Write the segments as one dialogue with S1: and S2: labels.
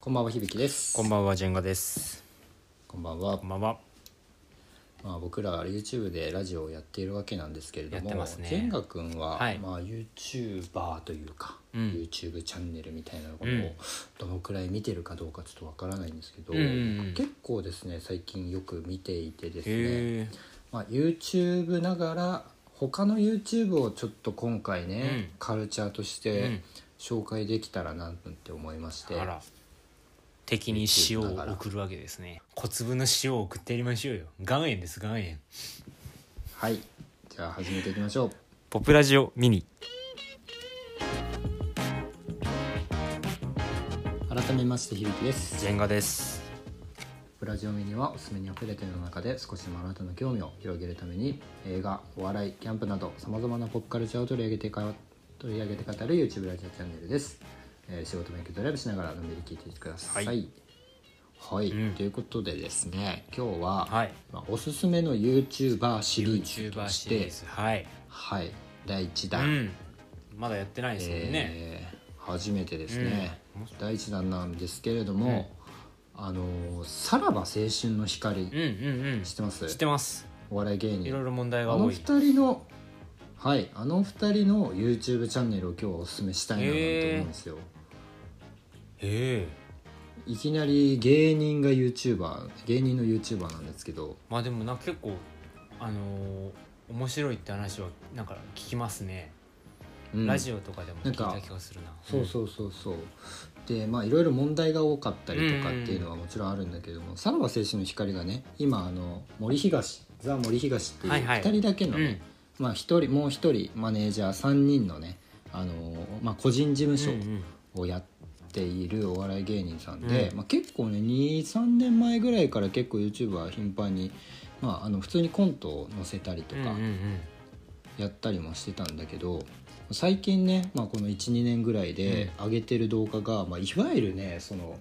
S1: こんばんは響です
S2: こんばんは、ジェンガです。
S1: こんばんは
S2: こん、ばんは。
S1: まあ、僕ら YouTube でラジオをやっているわけなんですけれど
S2: やっ
S1: も
S2: てますね
S1: ジェンガ君は、
S2: はい
S1: まあ、YouTuber というか、
S2: うん
S1: YouTube チャンネルみたいなも
S2: う
S1: のを
S2: ん
S1: どのくらい見てるかどうかちょっとわからないんですけど、
S2: うんうんうん
S1: 結構ですね最近よく見ていてですね、
S2: へえ。
S1: まあ、YouTube ながら他の YouTube をちょっと今回ね、
S2: うん
S1: カルチャーとし
S2: う
S1: て
S2: ん
S1: 紹介できたらなって思いまして、
S2: あら。敵に塩を送るわけですね。小粒の塩を送ってやりましょうよ。岩塩です、岩塩。
S1: はいじゃあ始めていきましょう。
S2: ポプラジオミニ。
S1: 改めまして響きです
S2: ジェンガです。
S1: ブラジオミにはおすすめにあふれてるの中で少しでもあなたの興味を広げるために映画お笑いキャンプなどさまざまなポップカルチャーを取り上げてか取り上げて語る YouTube ラジオチャンネルです、えー仕事勉強ドライブしながらのんびり聞いていてくださいは、
S2: はいうん
S1: ということでですね今日は、
S2: はい。
S1: まあ、おすすめの YouTuber シ
S2: ユ
S1: リー
S2: ーチュ
S1: ズ
S2: ーバ
S1: と
S2: ー
S1: し
S2: シリ
S1: て
S2: ーズ。はい。
S1: はい第1
S2: う
S1: 弾、
S2: ん。まだやってないですもんね。
S1: えー初めてですね、第1弾なんですけれども、あのーさらば青春の光、
S2: うんうんうん。
S1: 知ってます
S2: 知ってます。
S1: お笑い芸
S2: いろい
S1: 人
S2: ろ問題
S1: あ
S2: が
S1: の
S2: 多い。
S1: 2人のはいあの2人の YouTube チャンネルを今日はおすすめしたいなと思うんですよ、
S2: へえ。
S1: いきなり芸人が YouTuber 芸人の YouTuber なんですけど
S2: まあでもな、結構、あのー、面白いって話は、なんか聞きますね。
S1: うん
S2: ラジオとかでも聞い
S1: なんか
S2: た気がするな。
S1: そう
S2: うん。
S1: そうそうそうでまあいろいろ問題が多かったりとかっていうのはもちろんあるんだけども、さらば青春の光がね今あの森東ザ・森東っていう
S2: はいはい
S1: 2人だけのね、
S2: うん。
S1: まあ、1人もう1人マネージャー3人のねあの、まあ、個人事務所
S2: うんうん
S1: をやっているお笑い芸人さんで、
S2: う
S1: まあ、結構ね23年前ぐらいから結構 YouTube は頻繁に、まあ、あの普通にコントを載せたりとか
S2: うんうんうん
S1: やったりもしてたんだけど最近ね、まあ、この12年ぐらいで上げてる動画が、まあ、いわゆるねその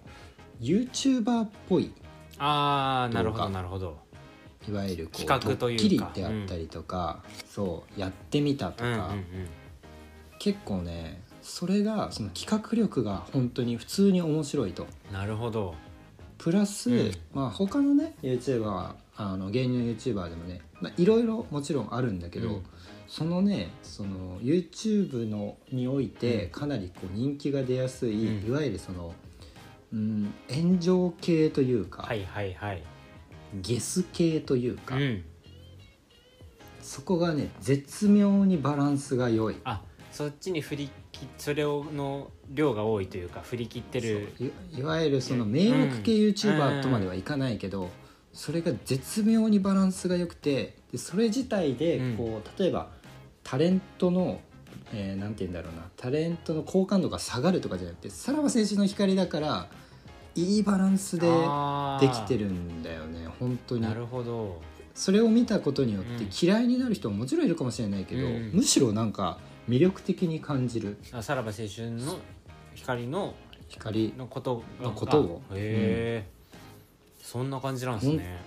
S1: YouTuber っぽい
S2: ああなる
S1: 動
S2: ほど
S1: 画
S2: なるほど
S1: いわゆるこう
S2: 企画とい
S1: ドッ
S2: うか
S1: キリであったりとか、そうやってみたと
S2: うんうん
S1: か、結構ねそれがその企画力が本当に普通に面白いと。
S2: うんなるほど
S1: プラス、
S2: うん
S1: まあ他のね YouTuber あの芸人の YouTuber でもねまあいろいろもちろんあるんだけど、
S2: うん
S1: そのねその YouTube のにおいて
S2: うん
S1: かなりこう人気が出やすい、
S2: うん
S1: いわゆるその、うん、炎上系というか、
S2: はいはいはい
S1: ゲス系というか、
S2: うん
S1: そこがね絶妙にバランスが良い。
S2: あそっちに振り切それをの量が多いというか振り切ってる
S1: いいわゆるその迷惑系
S2: うん
S1: YouTuber とまではいかないけど、それが絶妙にバランスが良くてでそれ自体で
S2: うん
S1: こう、例えばタレントの、えーなんて言うんだろうなタレントの好感度が下がるとかじゃなくてさらば青春の光だからいいバランスで
S2: あ
S1: できて
S2: る
S1: るんだよね本当に
S2: なるほど
S1: それを見たことによっ
S2: うん
S1: て嫌いになる人ももちろんいるかもしれないけど、
S2: うん
S1: むしろなんか魅力的に感じる
S2: あさらば青春の光の
S1: 光
S2: のことが
S1: のことを
S2: あへえそんな感じなんですね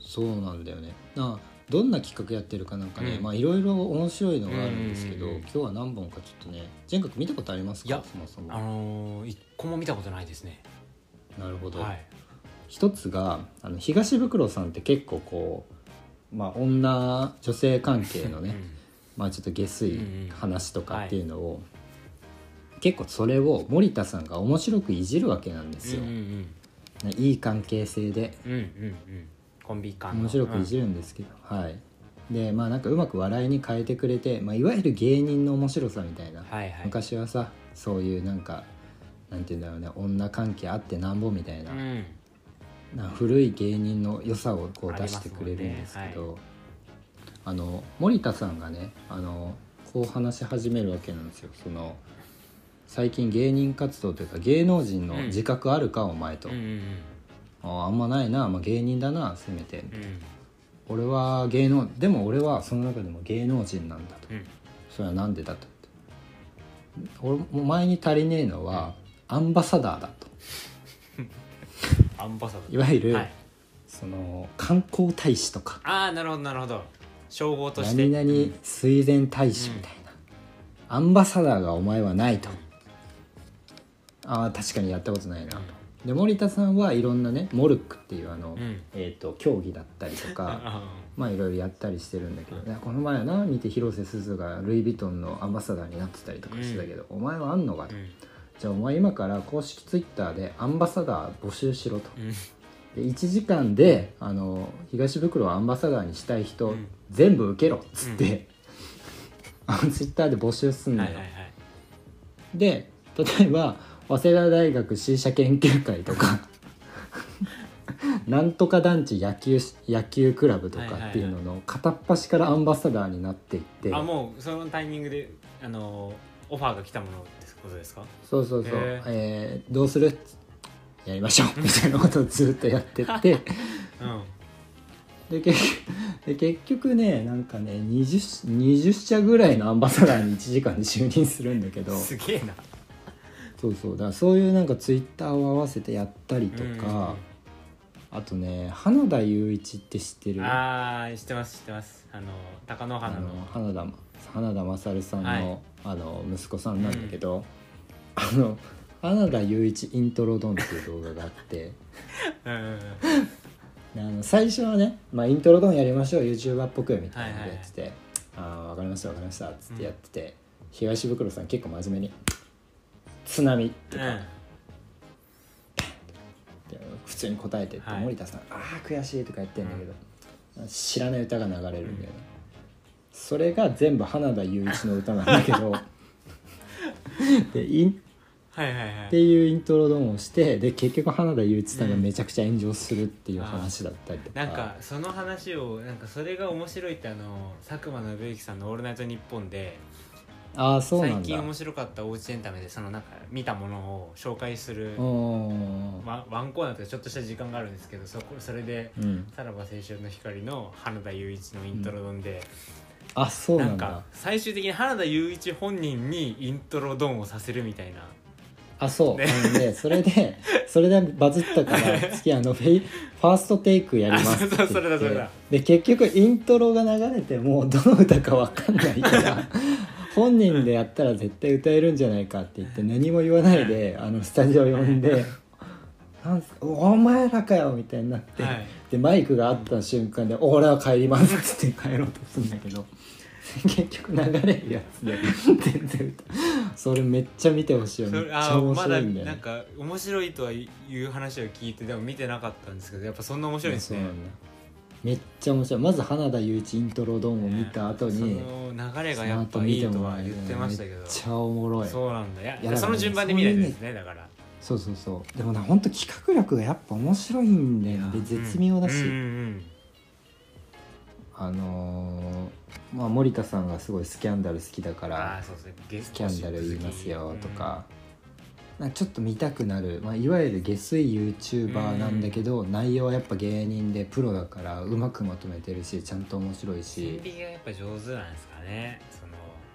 S1: そうなんだよねなどんな企画やってるかなんかね、
S2: うん
S1: まあいろいろ面白いのがあるんですけど、
S2: うんうんうん
S1: 今日は何本かちょっとね全国見たことありますか
S2: いや
S1: そもそも
S2: あのー一個も見たことないですね
S1: なるほど、
S2: はい
S1: 一つがあの東袋さんって結構こうまあ女女性関係の
S2: う
S1: ね
S2: ん
S1: まあちょっと下水話と
S2: うんうん
S1: か
S2: はい
S1: っていうのを、結構それを森田さんが面白くいじるわけなんです
S2: う
S1: よ、
S2: んうん
S1: ねいい関係性で
S2: うんうんうんうんコンビ感の
S1: 面白くいじるんですけど、はいでまあなんかうまく笑いに変えてくれて、まあ、いわゆる芸人の面白さみたいな、
S2: うんはいはい
S1: 昔はさそういうなんかなんて言うんだろうね女関係あってなんぼみたいな,、
S2: うん
S1: な古い芸人の良さをこう
S2: あり
S1: 出
S2: ます
S1: してくれるんですけ
S2: も
S1: どあ,、の森田さんがねあのこう話し始めるわけなんですよその最近芸人活動というか芸能人の自覚あるか、お前と、
S2: うんうん
S1: ああんまないな、まあ、芸人だなせめて、
S2: うん
S1: 俺は芸能でも俺はその中でも芸能人なんだと
S2: うん
S1: それはなんでだと俺お前に足りねえのはアンバサダーだと
S2: アンバサダー
S1: いわゆる、
S2: はい、
S1: その観光大使とか
S2: ああなるほどなるほど称号として
S1: 何々水前大使みたいな、アンバサダーがお前はないとああ確かにやったことないなと
S2: う
S1: で森田さんはいろんなねモルックっていうあの、
S2: うん
S1: えー、と競技だったりとか
S2: あ
S1: まあいろいろやったりしてるんだけど、ね、この前な見て広瀬すずがルイ・ヴィトンのアンバサダーになってたりとかしてたけど、お前はあんのか
S2: う
S1: と、
S2: ん
S1: じゃあお前今から公式ツイッターでアンバサダー募集しろと、
S2: うん
S1: で1時間であの東袋をアンバサダーにしたい人、
S2: うん
S1: 全部受けろっつって、あのツイッターで募集すんの
S2: は
S1: よ、
S2: いはいはい
S1: で例えば早稲田大学 C 社研究会とかなんとか団地野球し野球クラブとかっていうのの片っ端からアンバサダーになっていって、
S2: あもうそのタイミングであのオファーが来たものってことですか
S1: そうそうそう、
S2: へー
S1: えーどうするやりましょ うみたいなことをずっとやってって
S2: うん
S1: で結局で結局ねなんかね 20, 20社ぐらいのアンバサダーに1時間で就任するんだけど
S2: すげえな
S1: そうそうだからそういうなんかツイッターを合わせてやったりとか。あとね花田雄一って知って
S2: うん
S1: るあ
S2: ああ知ってます知ってますあの貴乃花の
S1: の花田花田勝さんの,、
S2: はい
S1: あの息子さんなんだけど、あの花田雄一イントロドンっていう動画があって
S2: うんうんうん
S1: であの最初はね、まあ、イントロドンやりましょう YouTuber っぽくみたいなのやってて「ああ分かりました分かりました」っつってやってて、東袋さん結構真面目に「津波」とかって普通に答えてって、
S2: はい
S1: 森田さん「ああ悔しい」とか言ってんだけど、知らない歌が流れるんだよね、それが全部花田雄一の歌なんだけ どでインっ
S2: はいはいは
S1: て
S2: い
S1: いうイントロドンをしてで結局花田雄一さんがめちゃくちゃ炎上するっていう話だったりとか,、
S2: なんかその話をなんかそれが面白いってあの佐久間信之さんの「オールナイトニッポン」で
S1: ああそうな
S2: 最
S1: んだ
S2: 近面白かったおうちエンタメでそのなんか見たものを紹介する
S1: うん
S2: ワンワンコーナーとかちょっとした時間があるんですけどそこそれで
S1: うん
S2: 「さらば青春の光」の花田雄一のイントロドンで、
S1: あそう
S2: な
S1: なんんだ
S2: か最終的に花田雄一本人にイントロドンをさせるみたいな
S1: あそう、
S2: ね
S1: あのねそれでそれでバズった から次あのフェイファーストテイクやりますって言
S2: あそうそうそれだ
S1: って
S2: それだ
S1: で結局イントロが流れてもどの歌か分かんないから 本人でやったら絶対歌えるんじゃないかって言って何も言わないであのスタジオ呼ん で「なんすお前らかよ」みたいになって、
S2: はい
S1: でマイクがあった瞬間で「俺は帰ります」っつって帰ろうとするんだけど。 結局流れるやつで全然歌それめっちゃ見てほしいよ
S2: そ
S1: めっ
S2: れ
S1: ち
S2: あ
S1: ゃ
S2: ー
S1: 面
S2: まだ
S1: 白いんだよ、
S2: なんか面白いとはいう話を聞いてでも見てなかったんですけどやっぱそんな面白いんですね
S1: そうなんだめっちゃ面白いまず花田雄一イントロドンを見た後に、
S2: その流れがやっぱいいとは言ってましたけど
S1: めっちゃおもろいそう
S2: そうなんだいや
S1: いやだからね
S2: その順番で見ないとですねだから
S1: そうそうでもな本当企画力がやっぱ面白いんだよねで絶妙だし、
S2: うんうんうん
S1: あのーまあ、森田さんがすごいスキャンダル好きだか
S2: あ
S1: ら
S2: ーそうそうゲス
S1: スキャンダル言いますよとか,、なんかちょっと見たくなる、まあ、いわゆる下水 YouTuber なんだけど、内容はやっぱ芸人でプロだからうまくまとめてるしちゃんと面白いし
S2: 心理がやっぱ上手なんですかねその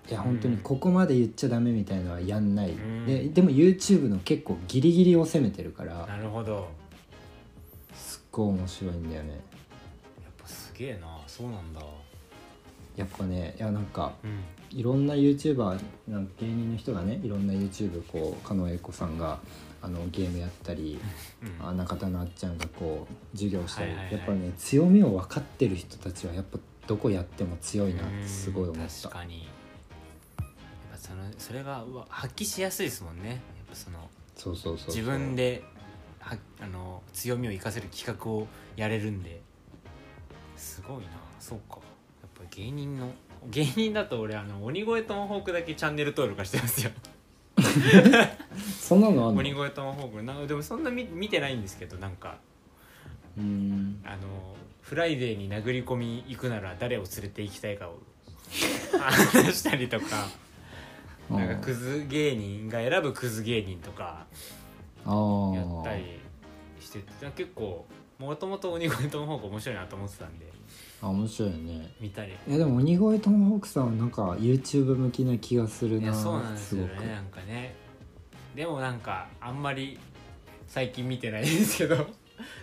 S1: いや本当にここまで言っちゃダメみたいのはやんない、
S2: ん
S1: ででも YouTube の結構ギリギリを攻めてるから
S2: なるほど
S1: すっごい面白いんだよね
S2: やっぱすげえなそうなんだ
S1: やっぱねいやなんか
S2: うん
S1: いろんな YouTuber なんか芸人の人がねいろんな YouTube こう加納英子さんがあのゲームやったり
S2: うん
S1: あ中田のあっちゃんがこう授業したり、
S2: はいはいはい
S1: やっぱね強みを分かってる人たちはやっぱどこやっても強いなってすごい思っ
S2: うん
S1: た
S2: 確かにやっぱそのそれがうわ発揮しやすいですもんねやっぱその
S1: そうそうそうそう
S2: 自分ではあの強みを生かせる企画をやれるんですごいなそうかやっぱ芸人の芸人だと俺あの鬼越トンホークだけチャンネル登録してますよ
S1: そんなのあんの
S2: 鬼越トンホークなでもそんな見見てないんですけどなんか
S1: うん
S2: あのフライデーに殴り込み行くなら誰を連れて行きた いかを話したりとかなんかクズ芸人が選ぶクズ芸人とか
S1: あー
S2: やったりしてて結構もともと鬼越トンホーク面白いなと思ってたんで
S1: あ面白いよね
S2: 見たり
S1: いやでも鬼越トンホークさんはなんか YouTube 向きな気がする
S2: い
S1: な
S2: やそうなんです
S1: ご
S2: よ
S1: く
S2: ねなんかねでもなんかあんまり最近見てないんですけど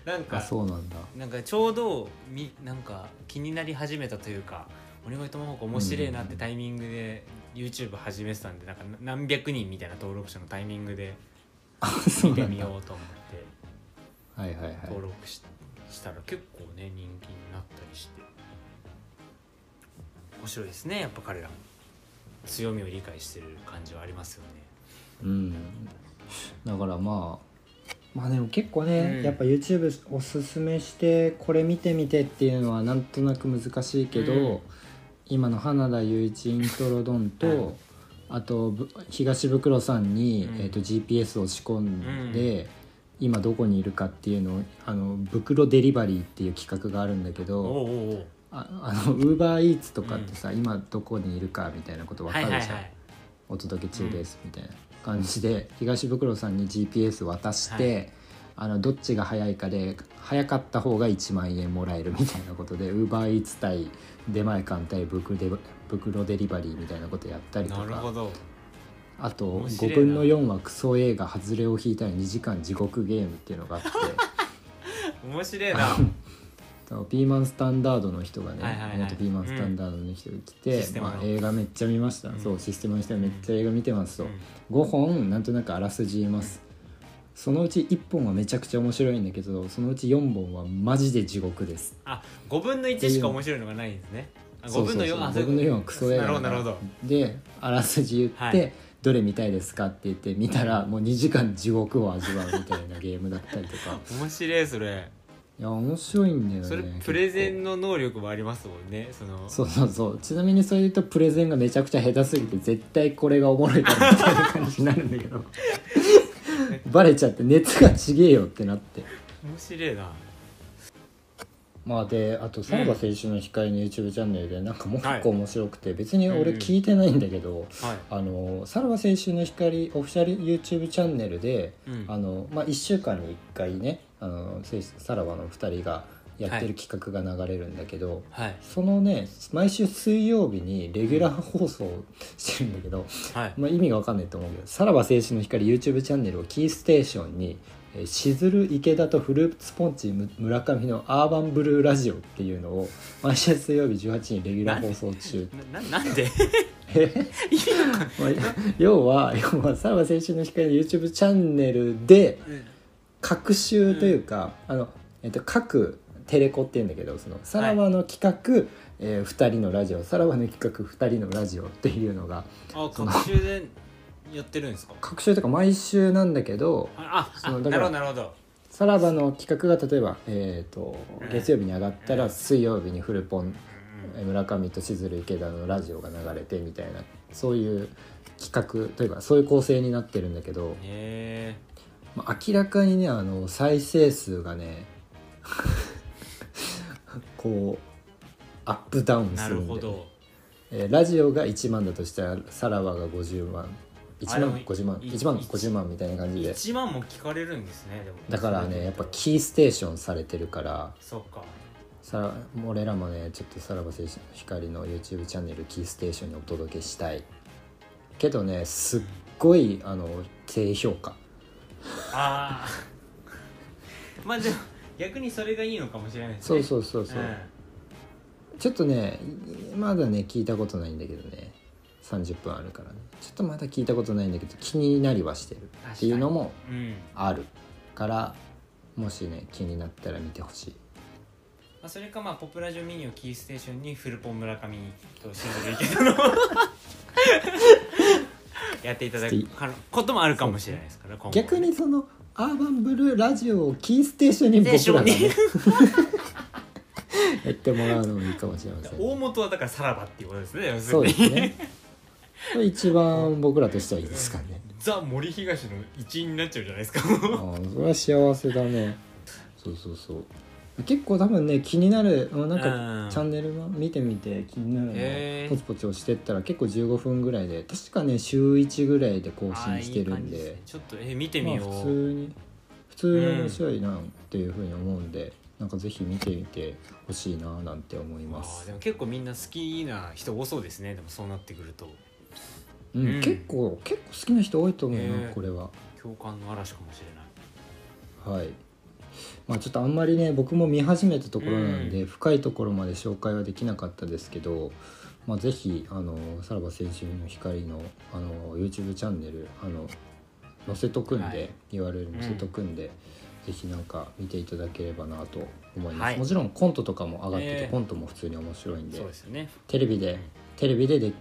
S2: なん
S1: あ
S2: か
S1: そうなんだ
S2: なんかちょうどみなんか気になり始めたというか鬼越トマホーク面白いなってタイミングで YouTube 始めてたんでなんか何百人みたいな登録者のタイミングで
S1: あそう
S2: 見
S1: な
S2: て
S1: ん
S2: み
S1: だ
S2: ようと思って
S1: はいはいはい
S2: 登録し,、したら結構ね人気になったりして面白いですねやっぱ彼らも強みを理解してる感じはありますよね
S1: うんだからまあまあでも結構ね、
S2: うん
S1: やっぱ YouTube おすすめしてこれ見てみてっていうのはなんとなく難しいけど、
S2: うん
S1: 今の花田雄一イントロドンと、
S2: うん
S1: あとぶ東袋さんに、
S2: うん
S1: えー、と GPS を仕込んで、今どこにいるかっていうのをあの袋デリバリーっていう企画があるんだけ
S2: お
S1: ど
S2: おうおう
S1: ああのウーバーイーツとかってさ、今どこにいるかみたいなこと
S2: おう
S1: 分か
S2: はい
S1: る
S2: は
S1: じ
S2: い
S1: ゃん、
S2: はい
S1: お届け中ですみたいな感じで東袋さんに GPS 渡して、あのどっちが早いかで早かった方が1万円もらえるみたいなことで UberEats 対出前館対袋デ袋デリバリーみたいなことやったりと
S2: なるほ
S1: か
S2: ど
S1: あと
S2: 面白い
S1: 5
S2: な
S1: 分の4はクソ映画「外れを引いたら2時間地獄ゲーム」っていうのがあって
S2: 面白いな
S1: あのピーマンスタンダードの人がね、
S2: はいはいはい
S1: 元ピーマンスタンダードの人が来
S2: うん
S1: て
S2: シ、ステマの
S1: まあ、映画めっちゃ見ました、
S2: うん
S1: そうシステムの人はめっちゃ映画見てますと。
S2: うん
S1: 5本なんとなくあらすじ言いますそのうち1本はめちゃくちゃ面白いんだけどそのうち4本はマジで地獄です
S2: あ5分の1しか面白いのがないんですねあ5分の4あそうい
S1: 5
S2: うこ
S1: 分の
S2: と
S1: 4はクソ映画
S2: なるほどなるほど
S1: であらすじ言って、
S2: はい
S1: どれ見たいですかって言って見たらもう2時間地獄を味わうみたいなゲームだったりとか
S2: 面白いそれ
S1: いや面白いんだよね
S2: それ
S1: 結構
S2: プレゼンの能力もありますもんねその
S1: そうそうそうちなみにそれ言うとプレゼンがめちゃくちゃ下手すぎて絶対これがおもろいだろみたいな感じになるんだけ どバレちゃって熱がちげえよってなって
S2: 面白いな
S1: まあであと「さらば青春の光」の YouTube チャンネルでなんかもう
S2: はい
S1: 一個面白くて、別に俺
S2: うん
S1: 聞いてないんだけど、
S2: はい
S1: あのさらば青春の光オフィシャル YouTube チャンネルで、
S2: うん
S1: あのまあ、1週間に1回ねあのせいさらばの2人がやってる企画が流れるんだけど、
S2: はい
S1: そのね毎週水曜日にレギュラー放送してるんだけど、
S2: はい
S1: まあ、意味が分かんないと思うけど「さらば青春の光」YouTube チャンネルをキーステーションにえーしずる池田とフルーツポンチむ村上のアーバンブルーラジオっていうのを毎週水曜日18時にレギュラー放送中
S2: なななん で
S1: まあ要は要はさらば青春の光の YouTube チャンネルで各週というか、あのえっと、各テレコっていうんだけどそのさらばの企画、え2人のラジオさらばの企画2人のラジオっていうのが
S2: あ学習でやってるんですか
S1: 各週とか毎週なんだけど
S2: ああ
S1: そ
S2: あ
S1: のだ
S2: な
S1: か
S2: るほ
S1: ら
S2: どなるほど
S1: さらばの企画が例えば、えー、と月曜日に上がったら水曜日にフルポンえー村上としずる池田のラジオが流れてみたいなそういう企画というかそういう構成になってるんだけど、
S2: へえ
S1: まあ、明らかにねあの再生数がね こうアップダウン
S2: な
S1: する
S2: る
S1: んだ
S2: ほ
S1: よね
S2: ど
S1: えーラジオが1万だとしたらさらばが50万1
S2: でも
S1: 万50万
S2: い
S1: 1万
S2: い
S1: 50万みたいな感じで
S2: 1万も聞かれるんですねでも
S1: だからねやっぱキーステーションされてるから。
S2: そっか
S1: さら俺らもねちょっとさらば青春の光の YouTube チャンネルキーステーションにお届けしたいけどねすっごいあの低評価
S2: ああ まあでも逆にそれがいいのかもしれないです
S1: そ
S2: ね
S1: うそうそうそう、ちょっとねまだね聞いたことないんだけどね30分あるからねちょっとまだ聞いたことないんだけど気になりはしてるっていうのも
S2: うん、うん
S1: あるからもしね気になったら見てほしい
S2: まあ、それかまあポプラジオミニをキーステーションにフルポン村上とシンデレイケの やっていただくかのこともあるかもしれないですから今後
S1: 逆にそのアーバンブルーラジオをキーステーションに僕らが、ね
S2: ステー、
S1: やってもらうのもいいかもしれません
S2: 大元はだからさらばっていうことですね要す
S1: そ
S2: る
S1: う
S2: に
S1: です ねこれ一番僕らとしてはいいですかね
S2: ザ・森東の一員になっちゃうじゃないです か
S1: あーそれは幸せだねそうそうそう結構多分ね気になるあ なんか
S2: うん
S1: チャンネルの見てみて気になる
S2: へ
S1: の
S2: ー
S1: ポチポチ押してったら結構15分ぐらいで確かね週1ぐらいで更新してるんで
S2: あーいい感じすねちょっとえー見てみよう、
S1: まあ、普通に普通に面白いなっていうふうに思うんで、なんかぜひ見てみてほしいななんて思いま
S2: あー
S1: す
S2: でも結構みんな好きな人多そうですねでもそうなってくると
S1: うん、
S2: うん
S1: 結構結構好きな人多いと思うな、
S2: へー
S1: これは
S2: 共感の嵐かもしれない
S1: はい。まあちょっとあんまりね僕も見始めたところなんで、深いところまで紹介はできなかったですけど、まあぜひあのさらば青春の光のあの YouTube チャンネルあの載せとくんで、
S2: はい
S1: URL 載せとくんで、ぜひなんか見ていただければなと思います、
S2: はい
S1: もちろんコントとかも上がってて、
S2: ええ
S1: コントも普通に面白いんで
S2: そうですよね
S1: テレビでテレビでで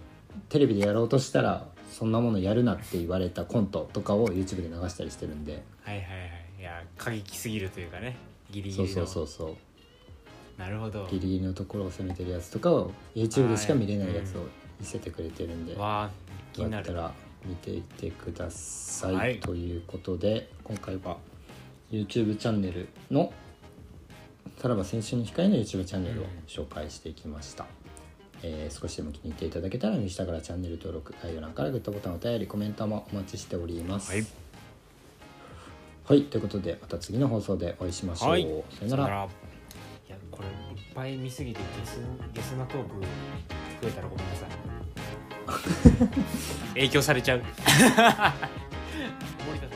S1: テレビでやろうとしたらそんなものやるなって言われたコントとかを YouTube で流したりしてるんで
S2: はいはいはいいや過激すぎるというかねギリギリ
S1: そ
S2: の
S1: うそうそうそう
S2: なるほど
S1: ギリギリのところを攻めてるやつとかを YouTube でしか見れないやつを見せてくれてるんで、
S2: わあ気
S1: よ
S2: に
S1: か
S2: な
S1: った
S2: る
S1: ら見ていてください、
S2: はい
S1: ということで今回は YouTube チャンネルのさらば青春の光の YouTube チャンネルを紹介していきました、えー少しでも気に入っていただけたら右下からチャンネル登録概要欄からグッドボタンお便りコメントもお待ちしております
S2: はい、
S1: はいということでまた次の放送でお会いしましょう、
S2: はい
S1: さよなら
S2: いやこれいっぱい見すぎてゲスゲスなトーク増えたらごめんな さい 影響されちゃう森田さん